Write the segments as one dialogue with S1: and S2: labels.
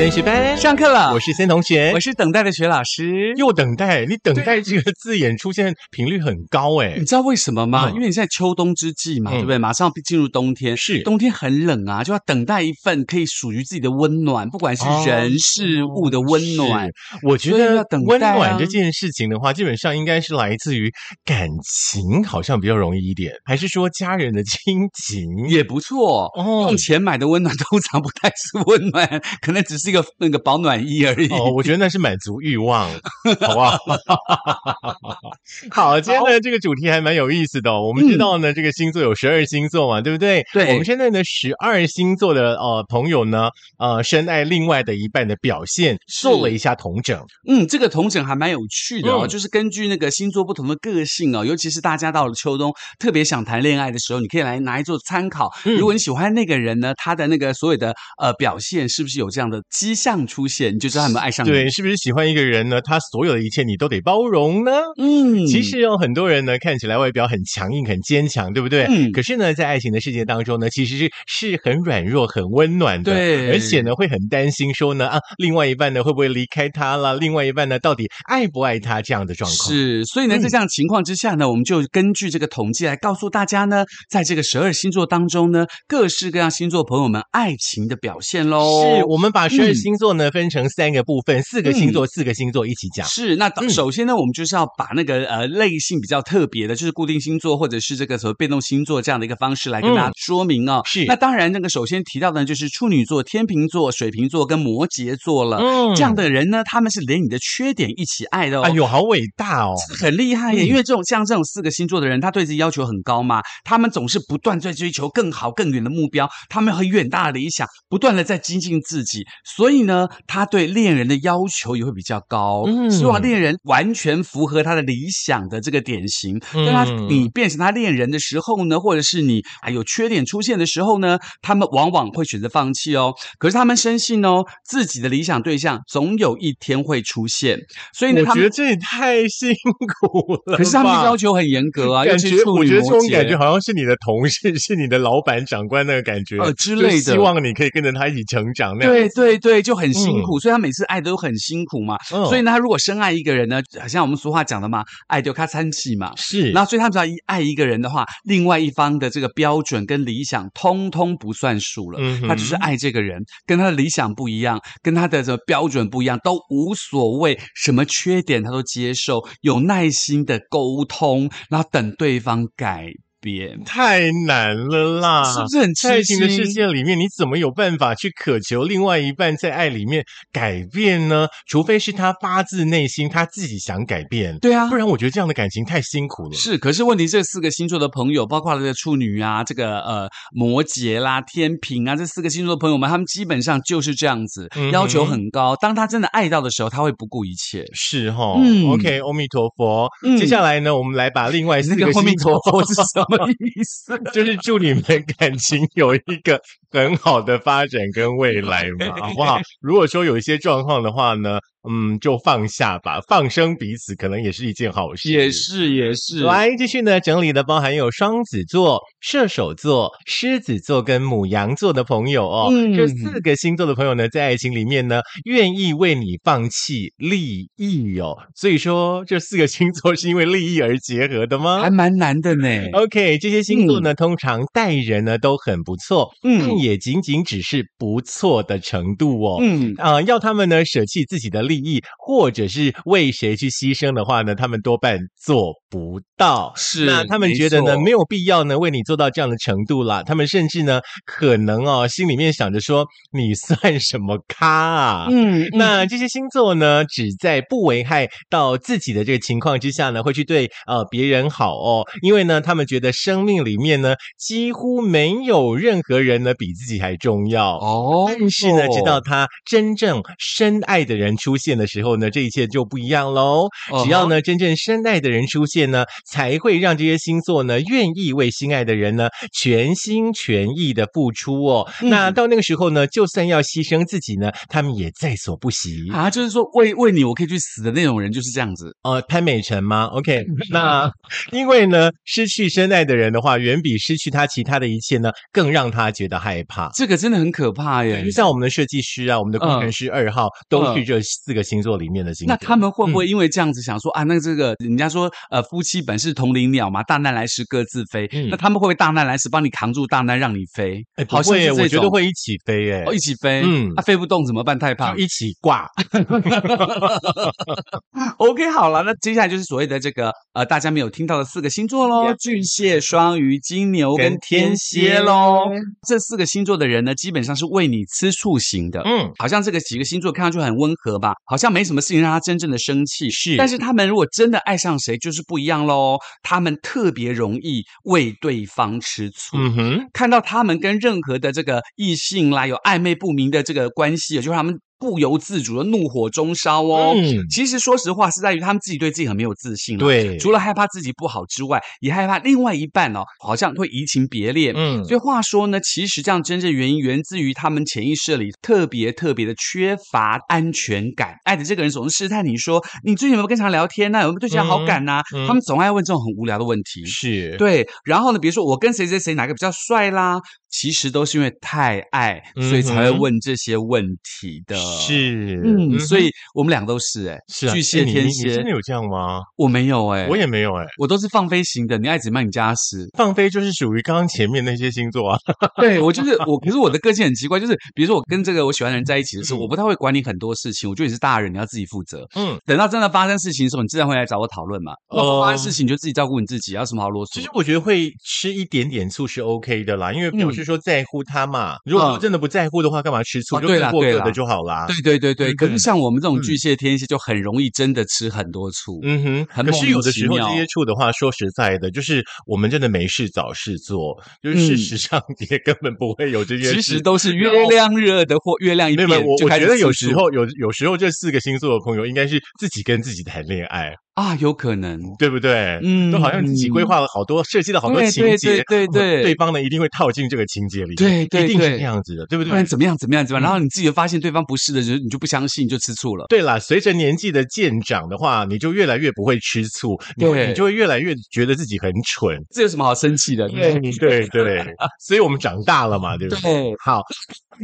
S1: 森学班
S2: 上课了，
S1: 我是森同学，
S2: 啊我是等待的学老师。
S1: 又等待，你等待这个字眼出现频率很高哎、
S2: 你知道为什么吗？
S1: 嗯
S2: 因为你现在秋冬之际
S1: 嗯
S2: 嘛，对不对？马上要进入冬天，
S1: 是
S2: 冬天很冷啊，就要等待一份可以属于自己的温暖，不管是
S1: 哦
S2: 人事物的温暖。
S1: 是我觉
S2: 所以要
S1: 得
S2: 等
S1: 温
S2: 待啊
S1: 暖这件事情的话，基本上应该是来自于感情，好像比较容易一点，还是说家人的亲情
S2: 也不错，
S1: 哦
S2: 用钱买的温暖通常不太是温暖，可能只是一个那个保暖衣而已。
S1: 哦，我觉得那是满足欲望，好不好？ 好，今天呢这个主题还蛮有意思的、哦。我们知道呢，这个星座有十二星座嘛，对不对？
S2: 对
S1: 我们现在呢，十二星座的呃朋友呢，呃，深爱另外的一半的表现，做了一下统整。
S2: 嗯，这个同整还蛮有趣的哦，
S1: 嗯
S2: 就是根据那个星座不同的个性哦，尤其是大家到了秋冬特别想谈恋爱的时候，你可以来拿来做参考。
S1: 嗯
S2: 如果你喜欢那个人呢，他的那个所有的呃表现是不是有这样的迹象出现，你就知道他有没有爱上你。
S1: 对，，是不是喜欢一个人呢？他所有的一切你都得包容呢？
S2: 嗯，
S1: 其实有很多人呢，看起来外表很强硬、很坚强，对不对？
S2: 嗯
S1: 可是呢，在爱情的世界当中呢，其实是是很软弱、很温暖的。
S2: 对
S1: 而且呢，会很担心说呢啊，另外一半呢会不会离开他啦？另外一半呢，到底爱不爱他这样的状况？
S2: 是，所以呢，
S1: 嗯
S2: 在这样情况之下呢，我们就根据这个统计来告诉大家呢，在这个十二星座当中呢，各式各样星座朋友们爱情的表现喽。
S1: 是我们把十二
S2: 嗯
S1: 星座呢、分成三个部分，四个星
S2: 嗯
S1: 座，四个星座一起讲。
S2: 是，那
S1: 嗯
S2: 首先呢，我们就是要把那个呃类性比较特别的，就是固定星座或者是这个所谓变动星座这样的一个方式来跟大家
S1: 嗯
S2: 说明哦。
S1: 是
S2: 那当然，那个首先提到的呢，就是处女座、天秤座、水瓶座跟摩羯座了。
S1: 嗯
S2: 这样的人呢，他们是连你的缺点一起爱的哦。
S1: 哎呦，好伟大哦！
S2: 很厉害耶，
S1: 嗯
S2: 因为这种像这种四个星座的人，他对自己要求很高嘛，他们总是不断在追求更好、更远的目标，他们有很远大的理想，不断的在精进自己，所以呢，他对恋人的要求也会比较高，
S1: 嗯
S2: 希望恋人完全符合他的理想的这个典型。当他
S1: 嗯
S2: 你变成他恋人的时候呢，或者是你啊有缺点出现的时候呢，他们往往会选择放弃哦。可是他们深信哦，自己的理想对象总有一天会出现，所以呢，
S1: 我
S2: 他
S1: 觉
S2: 们
S1: 得这也太辛苦了吧。
S2: 可是他们要求很严格啊，
S1: 感
S2: 尤其
S1: 觉
S2: 是处
S1: 我
S2: 女
S1: 觉得这
S2: 摩
S1: 种感觉
S2: 羯。
S1: 好像是你的同事，是你的老板、长官那个感觉，
S2: 呃之
S1: 就
S2: 类的
S1: 希望你可以跟着他一起成长那样。
S2: 对对对，就很辛
S1: 嗯
S2: 苦，所以他每次爱都很辛苦嘛。
S1: 嗯
S2: 所以呢，他如果深爱一个人呢，好像我们俗话讲的嘛，爱丢他参气嘛。
S1: 是
S2: 那所以他们只要一爱一个人的话，另外一方的这个标准跟理想通通不算数了。
S1: 嗯哼
S2: 他只是爱这个人，跟他的理想不一样，跟他的什么标准不一样，都无所谓，什么缺点他都接受，有耐心的沟通，然后等对方改变，
S1: 太难了啦！
S2: 是不是很
S1: 在爱
S2: 痴
S1: 情啊
S2: 心？
S1: 的世界里面，你怎么有办法去渴求另外一半在爱里面改变呢？除非是他发自内心，他自己想改变，
S2: 对啊
S1: 不，然我觉得这样的感情太辛苦了。
S2: 是，可是问题，这四个星座的朋友，包括了这个处女啊，这个呃摩羯啦、天平啊，这四个星座的朋友们，他们基本上就是这样子，
S1: 嗯哼
S2: 要求很高。当他真的爱到的时候，他会不顾一切。
S1: 是哈、
S2: 嗯
S1: o k 阿弥陀佛、
S2: 嗯
S1: 接下来呢，我们来把另外四
S2: 那
S1: 个
S2: 个后
S1: 星
S2: 面
S1: 座
S2: 陀佛是什么意思？
S1: 就是祝你们感情有一个很好的发展跟未来嘛，好不好？如果说有一些状况的话呢，嗯，就放下吧，放生彼此，可能也是一件好事。
S2: 也。是也是，
S1: 来，继续呢，整理的包含有双子座、射手座、狮子座跟母羊座的朋友哦。
S2: 嗯
S1: 这四个星座的朋友呢，在爱情里面呢，愿意为你放弃利益哦。所以说，这四个星座是因为利益而结合的吗？
S2: 还蛮难的呢。
S1: OK，这些星座呢，通常待人呢都很不错，
S2: 嗯
S1: 但也仅仅只是不错的程度哦。
S2: 嗯，
S1: 啊、要他们呢舍弃自己的利益，或者是为谁去牺牲的话呢，他们多半做不到。
S2: 是。
S1: 那他们觉得呢，没
S2: 有
S1: 有必要呢为你做到这样的程度啦。他们甚至呢，可能哦，心里面想着说，你算什么咖啊？
S2: 嗯，嗯
S1: 那这些星座呢，只在不危害到自己的这个情况之下呢，会去对呃别人好哦，因为呢，他们觉得生命里面呢，几乎没有任何人呢比自己还重要。
S2: 哦，
S1: 但是呢，直到他真正深爱的人出现的时候呢，这一切就不一样喽。只
S2: 嗯
S1: 要呢真正深爱的人出现呢，才会让这些星座呢愿意为心爱的人呢全心全意的付出哦。
S2: 嗯
S1: 那到那个时候呢，就算要牺牲自己呢，他们也在所不惜。
S2: 啊，就是说为为你我可以去死的那种人就是这样子。
S1: 呃，潘美辰吗？OK，那 因为呢，失去深爱的人的话，远比失去他其他的一切呢，更让他觉得害怕。
S2: 这个真的很可怕耶
S1: 就。像我们的设计师啊，我们的工程师二号、都是这四个星座里面的星座。
S2: 嗯那他们会不
S1: 嗯
S2: 会因为这样子想说、啊？那这个人家说呃，夫妻本是同林鸟嘛，大难来时各自飞。
S1: 嗯
S2: 那他们会不会大难来时帮你扛住大难，让你飞？
S1: 哎不
S2: 好像
S1: 会
S2: 是
S1: 耶，
S2: 这
S1: 我觉得
S2: 种
S1: 会一起飞哎，
S2: 哦，一起飞，
S1: 嗯
S2: 嗯，他、飞不动怎么办？太胖
S1: 就。一起 挂。
S2: OK，好了，那接下来就是所谓的这个呃，大家没有听到的四个星座喽
S1: Yeah，
S2: 巨蟹、双鱼、金牛跟
S1: 跟天
S2: 天
S1: 蝎
S2: 蝎喽。这四个星座的人呢，基本上是为你吃醋型的。
S1: 嗯，
S2: 好像这个几个星座看上去很温和吧，好像没什么事情让他真正的生气。
S1: 是
S2: 但是他们如果真的爱上谁，就是不一样喽。他们特别容易为对方吃醋。
S1: 嗯哼，
S2: 看到他们跟任何的这个异性啦有暧昧不明的这个关系，也就是他们不由自主的怒火中烧哦。
S1: 嗯
S2: 其实说实话，是在于他们自己对自己很没有自信啦。
S1: 对，
S2: 除了害怕自己不好之外，也害怕另外一半哦，好像会移情别恋。
S1: 嗯
S2: 所以话说呢，其实这样真正原因源自于他们潜意识里特别特别的缺乏安全感。爱的这个人总是试探你说，你最近有没有跟谁聊天啊呐、有没有对谁好感呐、
S1: 嗯嗯
S2: 他们总爱问这种很无聊的问题。
S1: 是，
S2: 对，然后呢，比如说我跟谁谁谁哪个比较帅啦，其实都是因为太爱，所以才会
S1: 嗯哼
S2: 问这些问题的。。
S1: 是，
S2: 嗯，所
S1: 以
S2: 以我们两个都是哎、
S1: 是啊
S2: 巨
S1: 哎
S2: 蟹
S1: 你
S2: 天
S1: 你你
S2: 蝎
S1: 真的，有这样吗？
S2: 我没有哎、
S1: 我也没有哎。。
S2: 我都是放飞型的，你爱怎么样你家事
S1: 放飞就是属于刚刚前面那些星座啊，
S2: 对我就是我，可是我的个性很奇怪，就是比如说我跟这个我喜欢的人在一起的时候，我不太会管你很多事情，我觉得你是大人，你要自己负责。
S1: 嗯，
S2: 等到真的发生事情的时候，你自然会来找我讨论嘛。
S1: 哦
S2: 那不发生事情你就自己照顾你自己，要什么好啰
S1: 其
S2: 嗦
S1: 实？我觉得会吃一点点醋是 OK 的啦，因为表示说在乎他嘛。如果说真的不在乎的话，干嘛吃醋？
S2: 嗯哦
S1: 就
S2: 对
S1: 各
S2: 啦
S1: 过
S2: 对
S1: 各的
S2: 啦
S1: 就好啦。
S2: 对对对对，
S1: 嗯
S2: 可是像我们这种
S1: 嗯
S2: 巨蟹天蝎就很容易真的吃很多醋。
S1: 嗯哼，
S2: 很
S1: 可
S2: 莫
S1: 是
S2: 名
S1: 有的
S2: 其
S1: 时候
S2: 妙
S1: 接触的话，说实在的，就是我们真的没事找事做，就是事实
S2: 嗯
S1: 上也根本不会有这件事。
S2: 其实都是月亮热的或月亮一
S1: 没有
S2: 变
S1: 没有，我
S2: 就
S1: 我
S2: 开
S1: 觉
S2: 始
S1: 得有
S2: 吃醋
S1: 时候有有时候这四个星座的朋友应该是自己跟自己谈恋爱，
S2: 啊，有可能
S1: 对不对？
S2: 嗯
S1: 都好像自己规划了好多，设计了好多
S2: 对
S1: 情
S2: 对
S1: 节，
S2: 对 对
S1: 对方呢一定会套进这个情节里面，
S2: 对对
S1: 一定是
S2: 对
S1: 这样子的，对不
S2: 不然
S1: 对？嗯
S2: 怎么样怎么样怎么样，然后你自己就发现对方不是的时候，你就不相信，你就吃醋了。
S1: 对啦，随着年纪的渐长的话，你就越来越不会吃醋，你会
S2: 对
S1: 你就会越来越觉得自己很蠢。
S2: 这有什么好生气的？
S1: 对对，所以我们长大了嘛，对不对？
S2: 对，
S1: 好，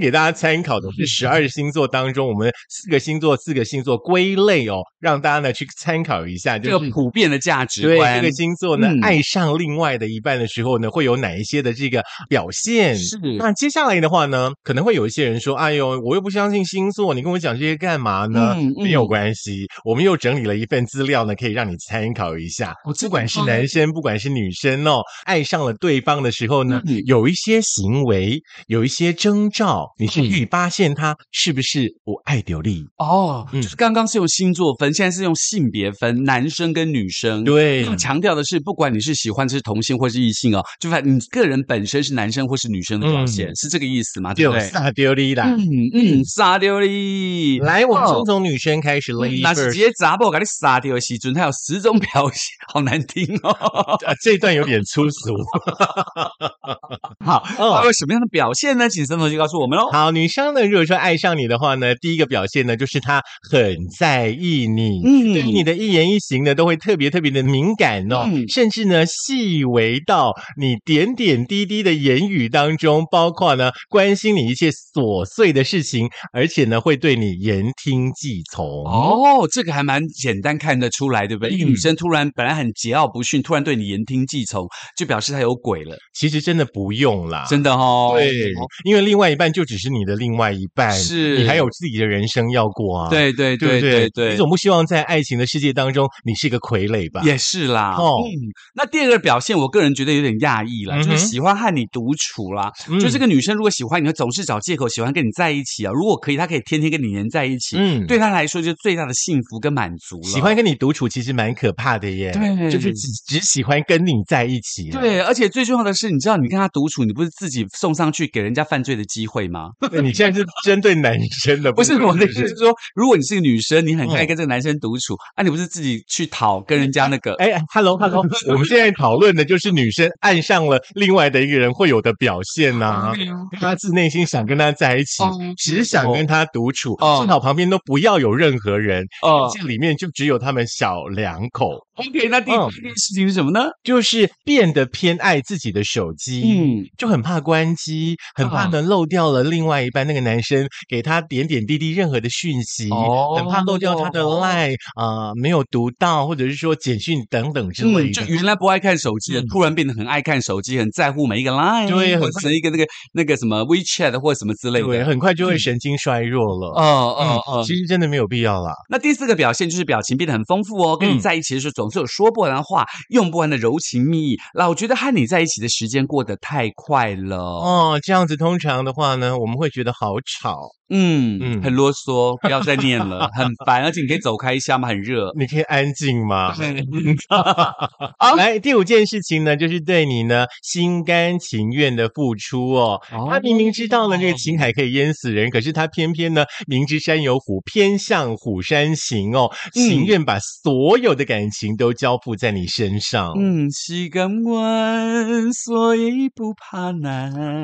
S1: 给大家参考的是十二星座当中，我们四个星座四个星座归类哦，让大家呢去参考一下，
S2: 这
S1: 就
S2: 个
S1: 是。
S2: 普遍的价
S1: 嗯
S2: 值
S1: 对
S2: 观
S1: 这个星座呢，
S2: 嗯
S1: 爱上另外的一半的时候呢，会有哪一些的这个表现？
S2: 是
S1: 那接下来的话呢，可能会有一些人说：“哎呦，我又不相信星座，你跟我讲这些干嘛呢？”
S2: 嗯
S1: 没有
S2: 嗯
S1: 关系，我们又整理了一份资料呢，可以让你参考一下。
S2: 哦
S1: 不
S2: 真的
S1: 管是
S2: 吗
S1: 男生，不管是女生哦，爱上了对方的时候呢，
S2: 嗯
S1: 有一些行为，有一些征兆，你是
S2: 嗯
S1: 可以发现他是不是我爱流利。
S2: 哦，
S1: 嗯
S2: 就是刚刚是用星座分，现在是用性别分，男生跟女生。。
S1: 对，
S2: 嗯那强调的是，不管你是喜欢是同性或是异性哦，就反你个人本身是男生或是女生的表现，
S1: 嗯
S2: 是这个意思吗？对
S1: 就
S2: 不对？
S1: 撒丢利啦。
S2: 嗯嗯，撒掉你！
S1: 来，我们先
S2: 哦
S1: 从女生开始，Lady
S2: 那是
S1: First。
S2: 直接砸爆，给你撒掉的时阵，它有十种表现，好难听哦。
S1: 啊， 这一段有点粗俗。
S2: 好，
S1: 哦
S2: 它有什么样的表现呢？请沈同学告诉我们哦喽。
S1: 好，女生呢，如果说爱上你的话呢，第一个表现呢，就是她很在意你，
S2: 嗯
S1: 对你的一言一行呢，都会特别特别的敏感哦，
S2: 嗯
S1: 甚至呢，细微到你点点滴滴的言语当中，包括呢，关心你一切琐碎的事情，而且呢，会对你言听计从。
S2: 哦，这个还蛮简单看得出来，对不对？一个
S1: 嗯
S2: 女生突然本来很桀骜不驯，突然对你言听计从，就表示她有鬼了，
S1: 其实真的不用啦，
S2: 真的哦。
S1: 啊对，因为另外一半就只是你的另外一半，
S2: 是
S1: 你还有自己的人生要过啊。。
S2: 对对
S1: 对
S2: 对
S1: 不
S2: 对
S1: 你
S2: 对，
S1: 总不希望在爱情的世界当中，你是一个傀儡吧？
S2: 也是啦。
S1: 哦
S2: 嗯，那第二个表现，我个人觉得有点讶异了，
S1: 嗯哼
S2: 就是喜欢和你独处啦。
S1: 嗯
S2: 就这个女生如果喜欢你，会总是找借口喜欢跟你在一起啊。如果可以，她可以天天跟你黏在一起，
S1: 嗯
S2: 对她来说就是最大的幸福跟满足了。
S1: 喜欢跟你独处，其实蛮可怕的耶。
S2: 对
S1: 就是只只喜欢跟你在一起。，啊
S2: 对，而且最重要的是，你知道，你跟他独处，你不是自己送上去给人家犯罪的机会会吗？
S1: 那你现在是针对男生 的，
S2: 不是我的意思是说，如果你是个女生，你很爱
S1: 嗯
S2: 跟这个男生独处，啊，你不是自己去讨跟人家那个？
S1: 哎，hello hello，我 们现在讨论的就是女生爱上了另外的一个人会有的表现呐、
S2: 哦
S1: 她自内心想跟他在一起
S3: 哦，
S1: 只想跟他独处，
S2: 哦
S1: 最好旁边都不要有任何人，
S2: 哦
S1: 这里面就只有他们小两口，
S2: ，OK，那第
S1: 嗯
S2: 第一件事情是什么呢？
S1: 就是变得偏爱自己的手机。
S2: 嗯，
S1: 就很怕关机，很怕
S2: 啊
S1: 呢漏掉了另外一半那个男生给他点点滴滴任何的讯息，
S2: 哦
S1: 很怕漏掉他的 line 啊、没有读到，或者是说简讯等等之类
S2: 嗯，
S1: 的。
S2: 就原来不爱看手机的，
S1: 嗯
S2: 突然变得很爱看手机，很在乎每一个 Line，
S1: 对
S2: 或
S1: 很
S2: 者是一个那个那个什么 WeChat 或者什么之类
S1: 对，
S2: 的。嗯
S1: 很快就会神经衰弱了。嗯
S2: 哦哦哦，
S1: 其实真的没有必要啦。
S2: 那第四个表现就是表情变得很丰富哦，跟你
S1: 嗯
S2: 在一起的时候总是有说不完的话，用不完的柔情蜜意。老觉得和你在一起的时间过得太快了，
S1: 哦，这样子通常的话呢，我们会觉得好吵。
S2: 嗯嗯，
S1: 嗯
S2: 很啰嗦，不要再念了，很烦，而且你可以走开一下嘛，很热。
S1: 你可以安静 吗？来，第五件事情呢，就是对你呢心甘情愿的付出哦。他明明知道呢，
S2: 哦
S1: 这个情海可以淹死人，可是他偏偏呢，明知山有虎，偏向虎山行哦，情
S2: 嗯
S1: 愿把所有的感情都交付在你身上。
S2: 嗯，是感恩，所以不怕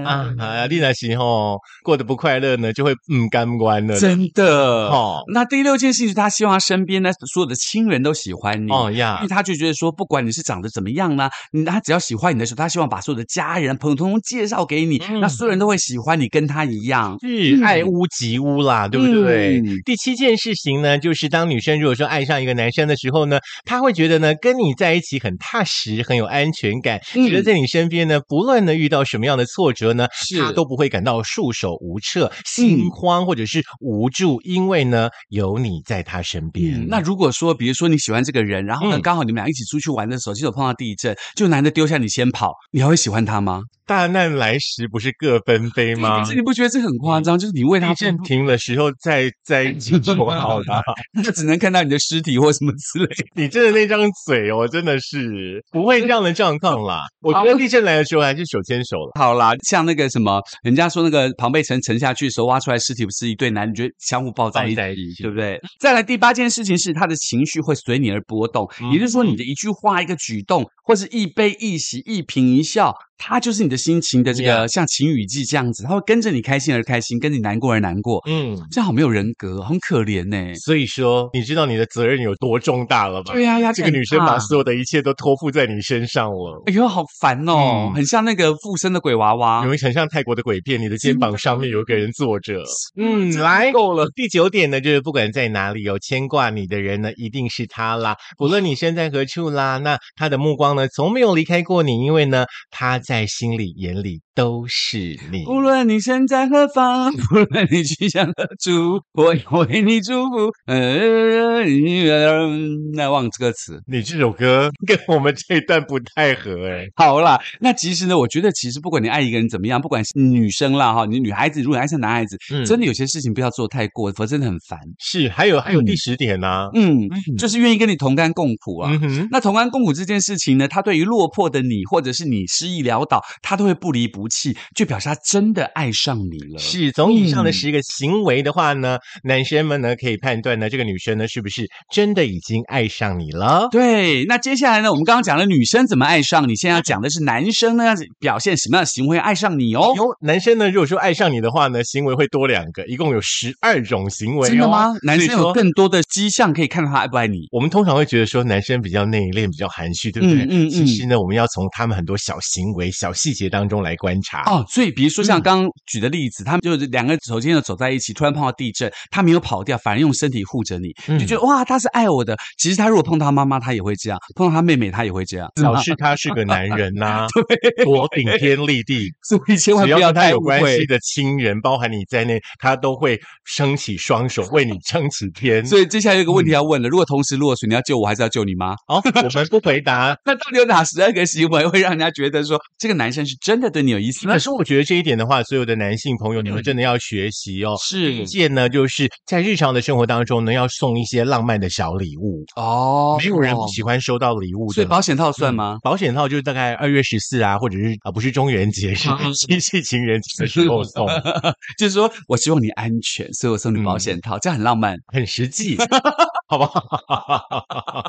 S2: 难
S1: 啊，丽娜西吼过得不快乐呢，就会嗯甘关了啦。
S2: 真的。
S1: 哦
S2: 那第六件事情是他希望他身边的所有的亲人都喜欢你。
S1: 哦
S2: 因
S1: 呀
S2: 为，他就觉得说，不管你是长得怎么样呢、你他只要喜欢你的时候，他希望把所有的家人、朋友通通介绍给你，
S1: 嗯
S2: 那所有人都会喜欢你，跟他一样。
S1: 是爱屋及乌啦，对不对？
S2: 嗯
S1: 第七件事情呢，就是当女生如果说爱上一个男生的时候呢，她会觉得呢跟你在一起很踏实，很有安全感，
S2: 嗯
S1: 觉得在你身边呢，不论呢遇到什么样的挫折呢，
S2: 是嗯
S1: 她都不会感到束手无策、心慌或者是无助，因为呢有你在她身边。
S2: 嗯，那如果说，比如说你喜欢这个人，然后呢，
S1: 嗯
S2: 刚好你们俩一起出去玩的时候，结果碰到地震，就男的丢下你先跑，你还会喜欢他吗？
S1: 大难来时不是各分飞吗
S2: 可？是你不觉得这很夸张？就是你为
S1: 嗯
S2: 他
S1: 地
S2: 付
S1: 震
S2: 出
S1: 停了时候 再在一起就好了。
S2: 那只能看到你的尸体或什么之类的。
S1: 你真的那张嘴哦，真的是不会这样的状况 啦。我觉得地震来的时候还是手牵手了。
S2: 好啦，像那个什么，人家说那个庞贝城沉下去的时候，挖出来尸体不是一对男女就相互抱在一
S1: 抱在
S2: 起，
S1: 一起
S2: 对不对？再来第八件事情是他的情绪会随你而波动，
S1: 嗯
S2: 也就是说你的一句话、一个举动，或是一杯一喜、一颦一笑，它就是你的心情的这个像晴雨季这样子，它会跟着你开心而开心，跟着你难过而难过。
S1: 嗯，
S2: 这样好没有人格，很可怜呢、
S1: 所以说你知道你的责任有多重大了吧？
S2: 对呀、呀，
S1: 这个女生把所有的一切都托付在你身上了。
S2: 哎呦，好烦哦，
S1: 嗯
S2: 很像那个附身的鬼娃娃
S1: 你。会很像泰国的鬼片，你的肩膀上面有一个人坐着。嗯，
S2: 真
S1: 来够了。第九点呢，就是不管在哪里有牵挂你的人呢，一定是他啦。不论你身在何处啦，那他的目光呢，从没有离开过你，因为呢，他在心里眼里都是你。
S2: 无论你身在何方，不论你去向何处，我也为你祝福。呃，那忘了歌词。
S1: 你这首歌跟我们这一段不太合哎、
S2: 好啦，那其实呢，我觉得其实不管你爱一个人怎么样，不管是女生啦哈，你女孩子如果你爱上男孩子，
S1: 嗯
S2: 真的有些事情不要做太过，否则真的很烦。
S1: 是，还有还有
S2: 嗯
S1: 第十点呢、
S2: 嗯，
S1: 嗯
S2: 就是愿意跟你同甘共苦啊。
S1: 嗯哼，
S2: 那同甘共苦这件事情呢，他对于落魄的你，或者是你失意潦倒，他都会不离不弃，就表示他真的爱上你了。
S1: 是从以上的
S2: 嗯
S1: 十个行为的话呢，男生们呢可以判断呢，这个女生呢是不是真的已经爱上你了？
S2: 对，那接下来呢？我们刚刚讲了女生怎么爱上你，现在要讲的是男生呢，要表现什么样的行为爱上你哦？
S1: 有男生呢，如果说爱上你的话呢，行为会多两个，一共有十二种行为、哦。
S2: 真的吗？男生
S1: 所以
S2: 有
S1: 说
S2: 更多的迹象可以看到他爱不爱你。
S1: 我们通常会觉得说男生比较内敛，比较含蓄，对不对？
S2: 嗯嗯嗯
S1: 其实呢，我们要从他们很多小行为、小细节当中来观察。
S2: 哦，所以比如说像
S1: 嗯
S2: 刚刚举的例子，他们就是两个手牵手走在一起，突然碰到地震，他没有跑掉，反而用身体护着你，
S1: 嗯
S2: 就觉得哇，他是爱我的。其实他如果碰到他妈妈，他也会这样；碰到他妹妹，他也会这样。啊
S1: 表示他是个男人 呐、多顶天立地，
S2: 所以千万
S1: 只
S2: 不要
S1: 要他
S2: 太
S1: 有
S2: 误
S1: 关
S2: 会
S1: 系。的亲人，包含你在内，他都会撑起双手为你撑起天。
S2: 所以接下来有一个问
S1: 嗯
S2: 题要问了：如果同时落水，你要救我还是要救你妈？
S1: 哦好、我们不回答
S2: 那到底有哪十二个行为会让人家觉得说这个男生是真的对你有意思。
S1: 可是我觉得这一点的话，所有的男性朋友，你们真的要学习哦。
S2: 嗯是
S1: 见呢，就是在日常的生活当中呢，要送一些浪漫的小礼物。
S2: 哦，
S1: 没有人不嗯喜欢收到礼物的，
S2: 所以保险套算吗？
S1: 保险套就是大概二月十四啊，或者是啊，不是中元节，是
S2: 嗯
S1: 七夕情人节的时候 送，
S2: 就是说我希望你安全，所以我送你保
S1: 嗯
S2: 险套，这样很浪漫。
S1: 很实际，好不好？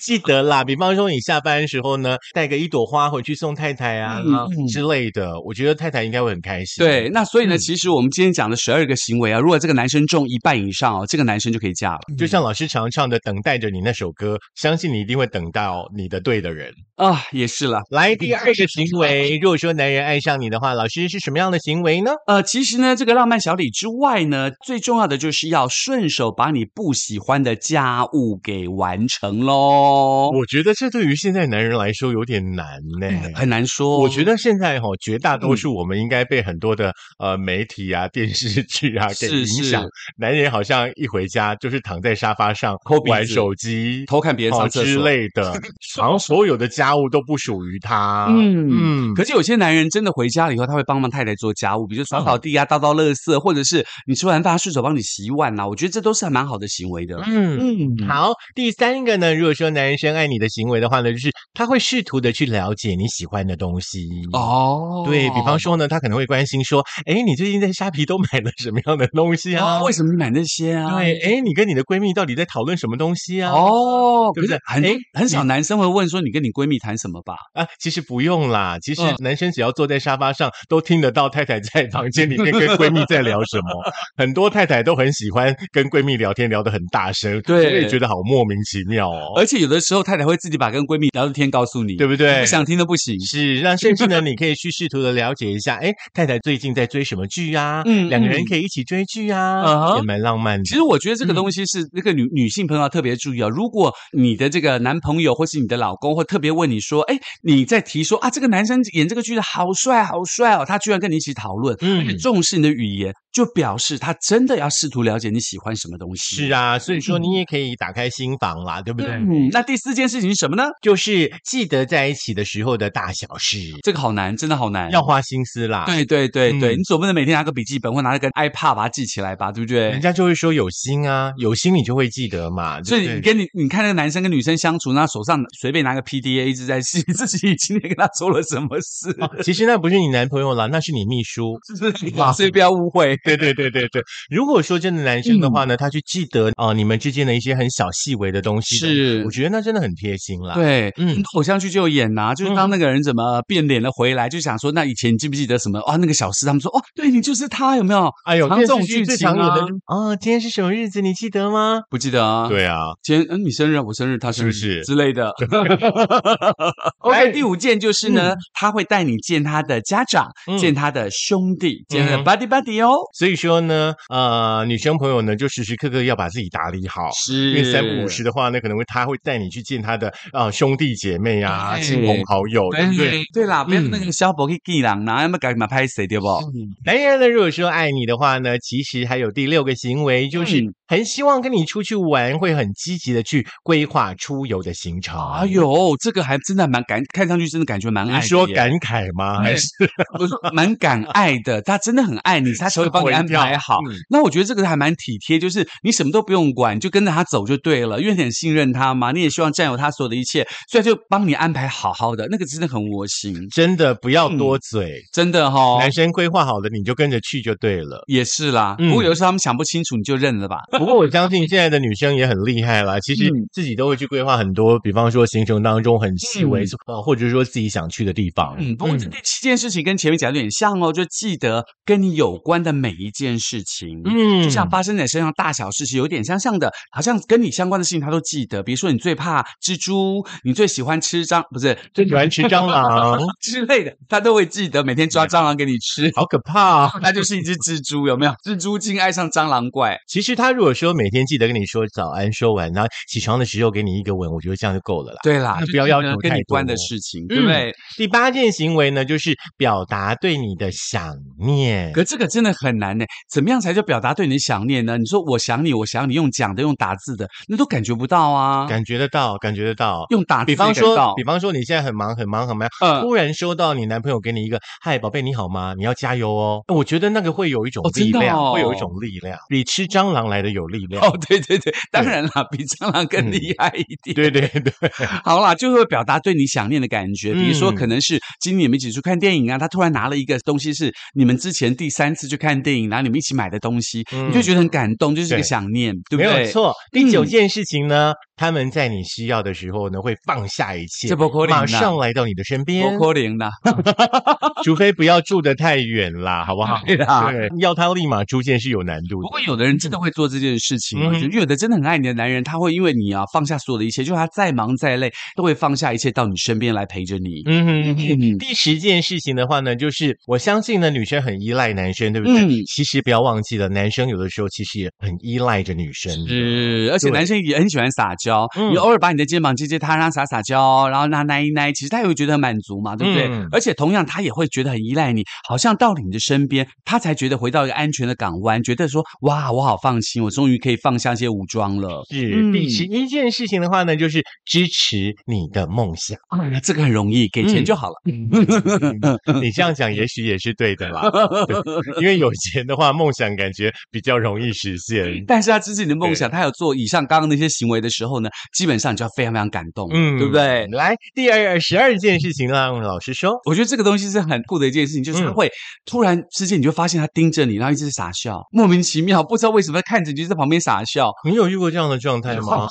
S1: 记得啦，比方说你下班的时候呢，带个一朵花回去送太太啊、
S2: 嗯嗯
S1: 之类的，我觉得太太应该会很开心。
S2: 对，，那所以呢，
S1: 嗯
S2: 其实我们今天讲的十二个行为啊，如果这个男生中一半以上哦，这个男生就可以嫁了。
S1: 就像老师常唱的《等待着你》那首歌，相信你一定会等到你的对的人。
S2: 啊，也是啦。
S1: 来，第二个行为，如果说男人爱上你的话，老师是什么样的行为呢？
S2: 呃，其实呢，这个浪漫小李之外呢，最重要的就是要顺手把你不喜欢的家务给完成喽。
S1: 我觉得这对于现在男人来说有点难呢、
S2: 很难说，
S1: 我觉得现在哈、绝大
S2: 嗯
S1: 多数我们应该被很多的、呃媒体啊、电视剧啊给
S2: 是
S1: 影响
S2: 是。
S1: 男人好像一回家就是躺在沙发上
S2: 抠鼻子
S1: 玩手机、
S2: 偷看别人
S1: 哦
S2: 上厕
S1: 之
S2: 所。
S1: 类的， 好像所有的家务都不属于他。
S2: 嗯
S1: 嗯，
S2: 可是有些男人真的回家了以后，他会帮忙太太做家务，比如扫扫地啊、倒倒垃圾，或者是你吃完饭他顺手帮你洗碗啊啦、我觉得这都是还蛮好的行为的。
S1: 嗯
S2: 嗯，
S1: 好，第三个呢，如果说男人深爱你的行为的话呢，就是他会试图的去了解你喜欢的东西。
S2: 哦，
S1: 对比方说呢，他可能会关心说，哎，你最近在虾皮都买了什么样的东西啊？
S2: 哦，为什么你买那些啊？
S1: 对，哎，你跟你的闺蜜到底在讨论什么东西啊？
S2: 哦，
S1: 对不对
S2: 可是
S1: 诶
S2: 很很少男生会问说你跟你闺蜜谈什么吧？
S1: 啊，其实不用啦，其实
S2: 嗯
S1: 男生只要坐在沙发上，都听得到太太在房间里面跟闺蜜在聊什么。 很多太太都很喜欢跟闺蜜聊天，聊得很大声，
S2: 对
S1: 我也觉得好莫名其妙哦。
S2: 而且有的时候太太会自己把跟闺蜜聊的天告诉你，
S1: 对不对
S2: 不想听都不行。
S1: 是，那甚至呢，你可以去试图的了解一下，哎，太太最近在追什么剧啊？
S2: 嗯
S1: 两个人
S2: 嗯
S1: 可以一起追剧
S2: 嗯
S1: 啊，
S2: 哼
S1: 也蛮浪漫的。
S2: 其实我觉得这个东西是那个女女性朋友要特别注意啊。如果你的这个男朋友或是你的老公会特别问你说，哎，你在提说啊，这个男生演这个剧的好帅好帅哦，他居然跟你一起讨论，
S1: 嗯
S2: 嗯，重视你的语言，就表示他真的要试图了解你喜欢什么东西。
S1: 是啊，所以说你也可以打开心房啦，对不对？
S2: 嗯，那第四件事情是什么呢？
S1: 就是记得在一起的时候的大小事，
S2: 这个好难，真的好难，
S1: 要花心思啦。
S2: 对对对对，
S1: 嗯
S2: 你总不能每天拿个笔记本或拿个 iPad 把它记起来吧，对不对
S1: 人？家就会说有心啊，有心你就会记得嘛。
S2: 所以
S1: 对
S2: 你
S1: 不对
S2: 跟你你看那个男生跟女生相处，那手上随便拿个 PDA 一直在记 自己今天跟他做了什么事，
S1: 哦其实那不是你男朋友啦，那是你秘书。
S2: 就是所以不要误会。
S1: 对对对对对，如果说真的男生的话
S2: 嗯
S1: 呢，他去记得啊、呃你们之间的一些很小细微的东西的，
S2: 是
S1: 我觉得那真的很贴心啦。
S2: 对，
S1: 嗯
S2: 嗯，偶像剧就有演呐、就是当那个人怎么变脸了回来，就想说，那以前你记不记得什么啊、那个小事，他们说，哦，对你就是他，有没有？
S1: 哎呦，
S2: 常这种
S1: 电视剧
S2: 剧
S1: 最常
S2: 情
S1: 有
S2: 啊
S1: 的就是哦，今天是什么日子？你记得吗？
S2: 不记得啊？，
S1: 对啊，
S2: 今天嗯，你生日，我生日，他生日
S1: 是不是
S2: 之 类的。
S1: 哎
S2: OK，第五件就是呢，他会带你见他的家长，
S1: 嗯
S2: 见他的兄弟，见他
S1: 嗯
S2: 的 buddy buddy 哦。
S1: 所以说呢，呃，女生朋友呢，就时时刻刻要把自己打理好。因
S2: 是
S1: 为三不五时的话呢，可能会他会带你去见他的啊、呃兄弟姐妹啊、
S2: 对
S1: 亲朋好友，对不对？
S2: 对啦，不要
S1: 嗯
S2: 那个小宝去见人啦，要么赶紧拍谁对不？
S1: 男人呢，如果说爱你的话呢，其实还有第六个行为，就是
S2: 嗯
S1: 很希望跟你出去玩，会很积极的去规划出游的行程。
S2: 哎，呦，这个还真的蛮感，看上去真的感觉蛮
S1: 你
S2: 爱嗯
S1: 是
S2: 的
S1: 说
S2: 耶，
S1: 感慨吗？还是
S2: 不是蛮敢爱的，他真的很爱你，他才会帮你安排好。
S1: 嗯
S2: 那我觉得这个还蛮体贴，就是你什么都不用管，你就跟着他走就对了，因为你很信任他嘛，你也希望占有他所有的一切，所以他就帮你安排好好的，那个真的很窝心，
S1: 真的不要多嘴，
S2: 真的哈、嗯哦
S1: 男。生规划好了你就跟着去就对了。
S2: 也是啦，
S1: 嗯
S2: 不过有的时候他们想不清楚，你就认了吧。
S1: 不过我相信现在的女生也很厉害啦，其实
S2: 嗯
S1: 自己都会去规划很多，比方说行程当中很细微
S2: 嗯，
S1: 呃或者说自己想去的地方。
S2: 嗯，不过这第七件事情跟前面讲的有点像哦，就记得跟你有关的每一件事情，
S1: 嗯
S2: 就像发生在你身上大小事是有点相像的，好像跟你相关的事情他都记得。比如说你最怕蜘蛛，你最喜欢吃蟑，不是
S1: 最喜欢吃蟑螂，
S2: 之类的，他都会记得每天抓蟑 螂给你吃。
S1: 好可怕、啊！
S2: 那就是一只蜘蛛，有没有？蜘蛛精爱上蟑螂怪，
S1: 其实他如果有说每天记得跟你说早安，说完，然后起床的时候给你一个吻，我觉得这样就够了啦。
S2: 对啦，
S1: 那
S2: 就
S1: 不要
S2: 是
S1: 要
S2: 呢
S1: 求
S2: 跟
S1: 太
S2: 你关的
S1: 多嗯
S2: 事情，对不对？
S1: 第八件行为呢，就是表达对你的想念。
S2: 可这个真的很难呢，怎么样才叫表达对你的想念呢？你说我想你，我想你，用讲的，用打字的，那都感觉不到啊。
S1: 感觉得到，感觉得到。
S2: 用打字
S1: 比
S2: 也
S1: 方
S2: 感觉
S1: 说
S2: 到，
S1: 比方说你现在很忙很忙很忙，
S2: 嗯
S1: 突然收到你男朋友给你一个“嗨，宝贝，你好吗？你要加油哦。”我觉得那个会有一种
S2: 哦真
S1: 力
S2: 的
S1: 量，
S2: 哦
S1: 会有一种力量，比吃蟑螂来的有力量。
S2: 哦，对对对，当然啦，比蟑螂
S1: 嗯
S2: 更厉害一点。
S1: 对对对，
S2: 好啦，就会表达对你想念的感觉。比如说，
S1: 嗯
S2: 可能是今天你们一起去看电影啊，他突然拿了一个东西，是你们之前第三次去看电影，然后你们一起买的东西，
S1: 嗯
S2: 你就觉得很感动，就是一
S1: 对
S2: 个想念，对不
S1: 没
S2: 对？
S1: 有错。第九
S2: 嗯
S1: 件事情呢，他们在你需要的时候呢，会放下一切
S2: 这，不可能啊
S1: 马上来到你的身边，
S2: 不可能啦，
S1: 嗯除非不要住得太远啦，好不好？
S2: 对啊啦。
S1: 对，要他立马出现是有难度
S2: 不
S1: 的。
S2: 过有的人真的会做这件事情哦，
S1: 嗯哼
S2: 就有的真的很爱你的男人，他会因为你啊放下所有的一切，就他再忙再累，都会放下一切到你身边来陪着你。
S1: 嗯 哼嗯哼
S2: 嗯
S1: 第十件事情的话呢，就是我相信呢，女生很依赖男生，对不对？
S2: 嗯
S1: 其实不要忘记了，男生有的时候其实也很依赖着女生。
S2: 是，而且
S1: 对
S2: 男生也很喜欢撒娇，
S1: 嗯
S2: 你偶尔把你的肩膀接接他，让他撒撒娇，然后让他奶一奶，其实他也会觉得很满足嘛，对不对？
S1: 嗯
S2: 而且同样，他也会觉得很依赖你，好像到了你的身边，他才觉得回到一个安全的港湾，觉得说哇，我好放心，我终于可以放下这些武装了。
S1: 是、
S2: 嗯
S1: 第十一件事情的话呢，就是支持你的梦 想。
S2: 啊，这个很容易，给钱
S1: 嗯
S2: 就好了。
S1: 你这样讲也许也是对的 啦，对因为有钱的话，梦想感觉比较容易实现。
S2: 但是他支持你的梦想，他有做以上刚刚那些行为的时候呢，基本上你就要非常非常感动，
S1: 嗯，
S2: 对不对？
S1: 来，第二十二件事情让老师说。
S2: 我觉得这个东西是很酷的一件事情，就是他
S1: 嗯
S2: 会突然之间，你就发现他盯着你，然后一直傻笑，莫名其妙，不知道为什么看着你就在旁边傻笑。哦
S1: 你有遇过这样的状态吗？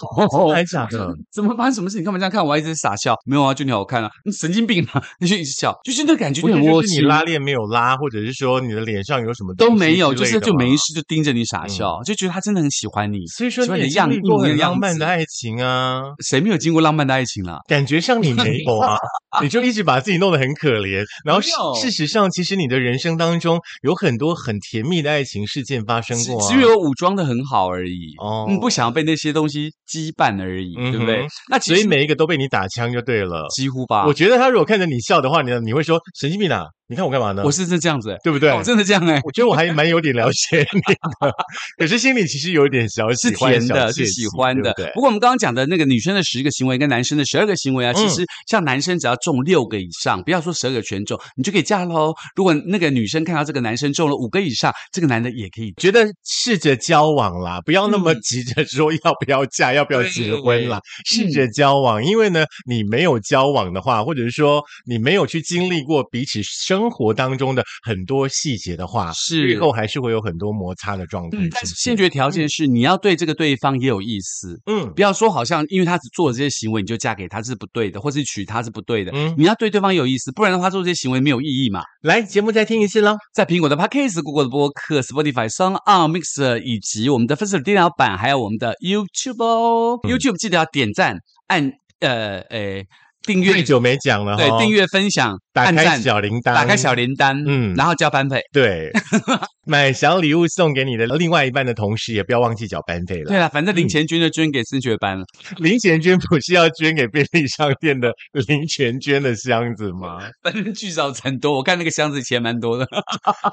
S1: 还假哦的？
S2: 怎么发生什么事？你干嘛这样看我？还一直傻笑？没有啊，就你好看啊！你神经病啊！你就一直笑，就是那感觉
S1: 不
S2: 就是很
S1: 就
S2: 窝
S1: 是你
S2: 心。
S1: 拉链没有拉，或者是说你的脸上有什么
S2: 都
S1: 东西
S2: 没有，
S1: 之
S2: 就
S1: 类
S2: 是
S1: 的
S2: 就没
S1: 吗嗯
S2: 事就盯着你傻笑，就觉得他真的很喜欢你。
S1: 所以说
S2: 喜欢
S1: 你也
S2: 的样
S1: 经历
S2: 一
S1: 过
S2: 模一
S1: 很
S2: 样
S1: 浪漫
S2: 子
S1: 的爱情啊，
S2: 谁没有经过浪漫的爱情啦？
S1: 感觉上你 没有啊，你就一直把自己弄得很可怜。然后
S2: 没
S1: 事
S2: 有
S1: 事实上，其实你的人生当中有很多很甜蜜的爱情事件发生
S2: 只
S1: 过啊。
S2: 只有武装的很好而已。
S1: 哦
S2: 嗯，不想要被那些东西羁绊而已，对
S1: 嗯
S2: 不对
S1: 哼？
S2: 那其
S1: 所以
S2: 实
S1: 每一个都被你打枪就对了。
S2: 几乎吧，
S1: 我
S2: 我
S1: 觉得他如果看着你笑的话，你你会说神经病啊，你看我干嘛呢？
S2: 我是真这样子欸，
S1: 对不对？
S2: 哦真的这样哎，
S1: 我觉得我还蛮有点了解你的， 可是心里其实有一点小
S2: 是
S1: 喜欢
S2: 甜
S1: 小
S2: 的，
S1: 窃
S2: 是喜
S1: 喜
S2: 欢的。
S1: 对不对
S2: 不过我们刚刚讲的那个女生的十个行为跟男生的十二个行为啊，其
S1: 嗯
S2: 实像男生只要中六个以上，不要说十二个全中，你就可以嫁喽。如果那个女生看到这个男生中了五个以上，这个男的也可以。
S1: 觉得试着交往啦，不要那么
S2: 嗯
S1: 急着说要不要嫁、要不要结婚啦，
S2: 对嗯
S1: 试着交往，因为呢，你没有交往的话，或者是说你没有去经历过彼此生活当中的很多细节的话，
S2: 是
S1: 日后还是会有很多摩擦的状态出
S2: 嗯
S1: 现。，
S2: 但是先决条件是你要对这个对方也有意思，
S1: 嗯
S2: 不要说好像因为他只做了这些行为你就嫁给他是不对的，或是娶他是不对的。
S1: 嗯，
S2: 你要对对方有意思，不然的话做这些行为没有意义嘛。
S1: 来节目再听一次喽。
S2: 在苹果的 Podcast、Google 的播客、Spotify、s o n On、Mixer 以及我们的 Facebook 电脑版，还有我们的 YouTube 哦。
S1: 嗯
S2: YouTube 记得要点赞、按呃呃订阅
S1: 太，久没讲了哈，
S2: 对，订阅、分享、
S1: 打
S2: 按
S1: 开
S2: 赞、
S1: 小铃铛，
S2: 打开小铃铛，
S1: 嗯
S2: 然后交班费。
S1: 对， 买小礼物送给你的另外一半的同时，也不要忘记缴班费了
S2: 对。了，反正
S1: 嗯
S2: 零钱捐就捐给升学班了。
S1: 零钱捐不是要捐给便利商店的零钱捐的箱子吗？
S2: 反正聚少成多，我看那个箱子钱蛮多 的。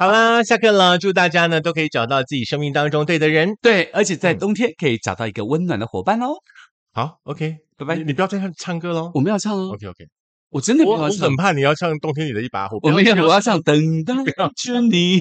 S1: 好啦，下课了，祝大家呢都可以找到自己生命当中对的人。
S2: 对，而且在
S1: 嗯
S2: 冬天可以找到一个温暖的伙伴哦。
S1: 好，OK，
S2: 拜拜
S1: 你你不要再唱唱歌喽
S2: 我。没有唱哦，
S1: OK OK，
S2: 我真的没
S1: 我我
S2: 有唱
S1: 很。怕你要唱冬天里的一把火。
S2: 我没有，
S1: 不要
S2: 我要唱《等待着你》。